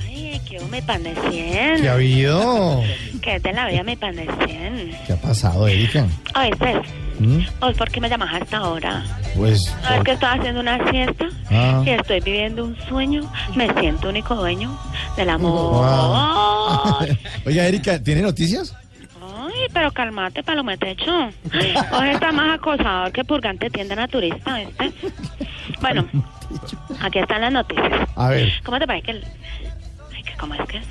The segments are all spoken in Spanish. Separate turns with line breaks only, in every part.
Ay, ¿qué hubo mi pan de
¿qué ha
100?
habido?
¿Qué es de la vida mi pan de 100?
¿Qué ha pasado, Erika?
Oye, Cés,
¿Mm?
¿vos Pues, por qué me llamas hasta ahora?
Pues,
No, es que estoy haciendo una siesta
Ah.
y estoy viviendo un sueño. Me siento único dueño del amor.
Wow. oiga, Erika, ¿tiene noticias?
Ay, pero calmate, palometecho. Hoy está más acosador que purgante tienda naturista, ¿viste? Bueno, aquí están las noticias.
A ver,
¿Cómo te parece que el... ay, que ¿Cómo es que es?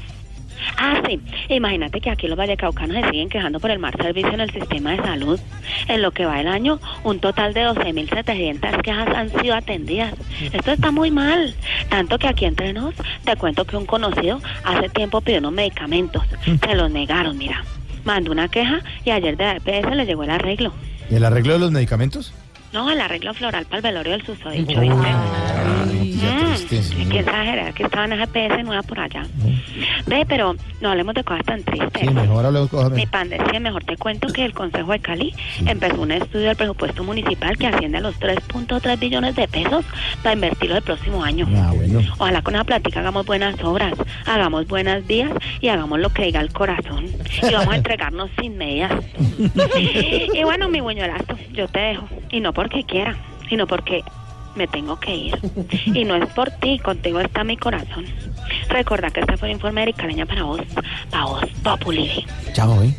Ah, sí. Imagínate que aquí los vallecaucanos se siguen quejando por el mal servicio en el sistema de salud. En lo que va el año, un total de 12.700 quejas han sido atendidas.
Mm.
Esto está muy mal. Tanto que aquí entre nos, te cuento que un conocido hace tiempo pidió unos medicamentos.
Mm.
Se los negaron, mira. Mandó una queja y ayer de la EPS le llegó el arreglo.
¿y el arreglo de los medicamentos?
No, el arreglo floral para el velorio del susodicho.
Uy,
¿viste?
ah, noticia triste,
Mm,
señor.
¿Quién sabe era que estaban esas PS nuevas por allá? Ve, pero no hablemos de cosas tan tristes.
Mm. Sí, mejor hablemos cosas.
Mi pan decía, mejor te cuento que el Consejo de Cali empezó un estudio del presupuesto municipal que asciende a los 3.3 billones de pesos para invertirlo el próximo año.
Ah, bueno.
Ojalá con esa plática hagamos buenas obras, hagamos buenas vías y hagamos lo que diga el corazón. Y vamos a entregarnos sin medias. y bueno, mi buñuelazo, yo te dejo. Y no porque quiera, sino porque me tengo que ir. Y no es por ti, contigo está mi corazón. Recordá que este fue el informe de Erika Leña para vos, para vos, Populi.
Chao, ¿eh?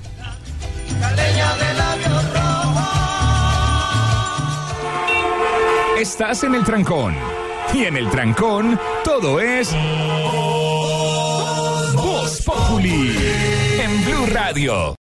Estás en el trancón. Y en el trancón, todo es. Voz Populi. En Blue Radio.